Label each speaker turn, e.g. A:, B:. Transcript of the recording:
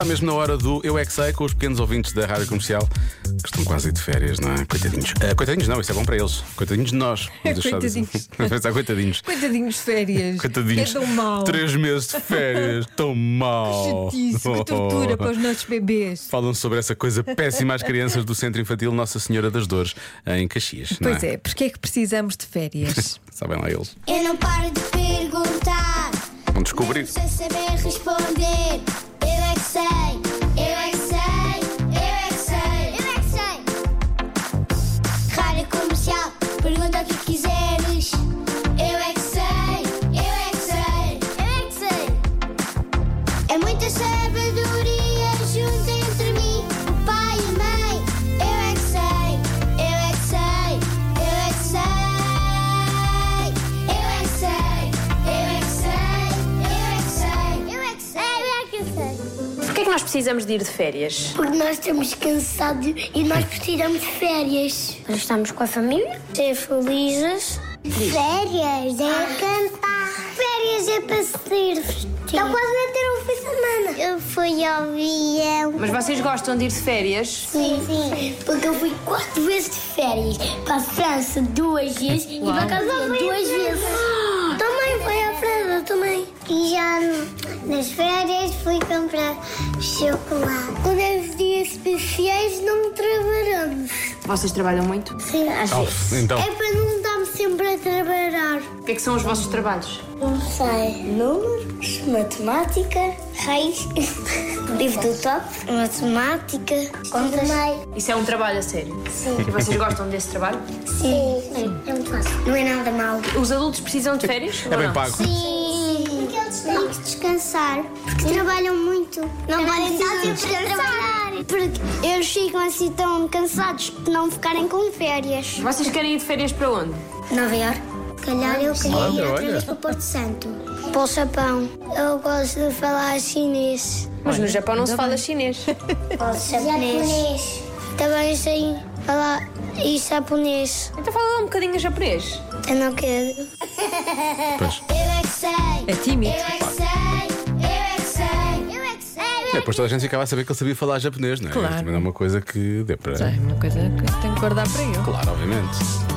A: Está mesmo na hora do Eu é que Sei, com os pequenos ouvintes da rádio comercial que estão quase de férias, não é? Coitadinhos. Ah, coitadinhos não, isso é bom para eles. Coitadinhos de nós. Vamos deixar de-
B: Coitadinhos.
A: Vamos pensar, coitadinhos.
B: Coitadinhos de férias.
A: Coitadinhos.
B: É tão mau.
A: Três Oh. meses de férias, tão mal.
B: Chatice, que tortura para os nossos bebês.
A: Falam sobre essa coisa péssima às crianças do Centro Infantil Nossa Senhora das Dores, em Caxias. não
B: Pois é, porque é que precisamos de férias?
A: Sabem lá eles.
C: Eu não paro de perguntar.
A: Vão descobrir.
C: Sem saber responder. Eu é que sei. Eu é que sei. Eu é que sei. Eu é que sei. Rádio comercial. Pergunta o que quiseres. Eu é que sei. Eu é que sei. Eu é que sei. É muita sabedoria junta entre mim, o pai e a mãe. Eu é que sei. Eu é que sei. Eu é que sei. Eu é que sei, eu é que sei, eu é que sei, eu é que sei.
D: Porquê é que nós precisamos de ir de férias?
C: Porque nós estamos cansados e nós precisamos de férias. Nós estamos com a família. Ser felizes. Férias é cantar. Férias é para se divertir. Está quase a ter um fim de semana. Eu fui ao avião.
D: Mas vocês gostam de ir de férias?
C: Sim, sim. Porque eu fui quatro vezes de férias. Para a França duas vezes e para casa duas vezes. Também foi à França, também. E já nas férias fui comprar chocolate. Quando os dias especiais não trabalhamos.
D: Vocês trabalham muito?
C: Sim, às
A: vezes. então. É
C: para não estarmos sempre a trabalhar.
D: O que é que são os vossos trabalhos?
C: Não sei. Números, matemática, raiz, livro do top, matemática, contas.
D: Isso é um trabalho a sério?
C: Sim.
D: E vocês gostam desse trabalho?
C: Sim, sim. É muito fácil. Não é nada mal.
D: Os adultos precisam de férias?
A: É bem pago.
C: Sim. Porque eles têm que descansar. Porque trabalham muito. Não podem estar sempre a trabalhar. Porque eles ficam assim tão cansados de não ficarem com férias.
D: Vocês querem ir de férias para onde?
C: Nova York. Calhar eu queria
A: Olha,
C: ir outra
A: olha.
C: vez para Porto Santo. Para o Japão. Eu gosto de falar chinês.
D: Mas no Japão não se fala chinês.
C: Japonês. Também sei falar e japonês.
D: Então fala lá um bocadinho em japonês.
C: Eu não quero.
A: Pois.
C: Eu é que sei.
B: É tímido.
C: Eu é que sei. Eu é que sei. Eu é que sei. Eu é que
A: Depois toda a gente ficava a saber que ele sabia falar japonês, não é?
B: Claro.
A: Também não é uma coisa que dê para.
B: É uma coisa que tenho que guardar para eu.
A: Claro, obviamente.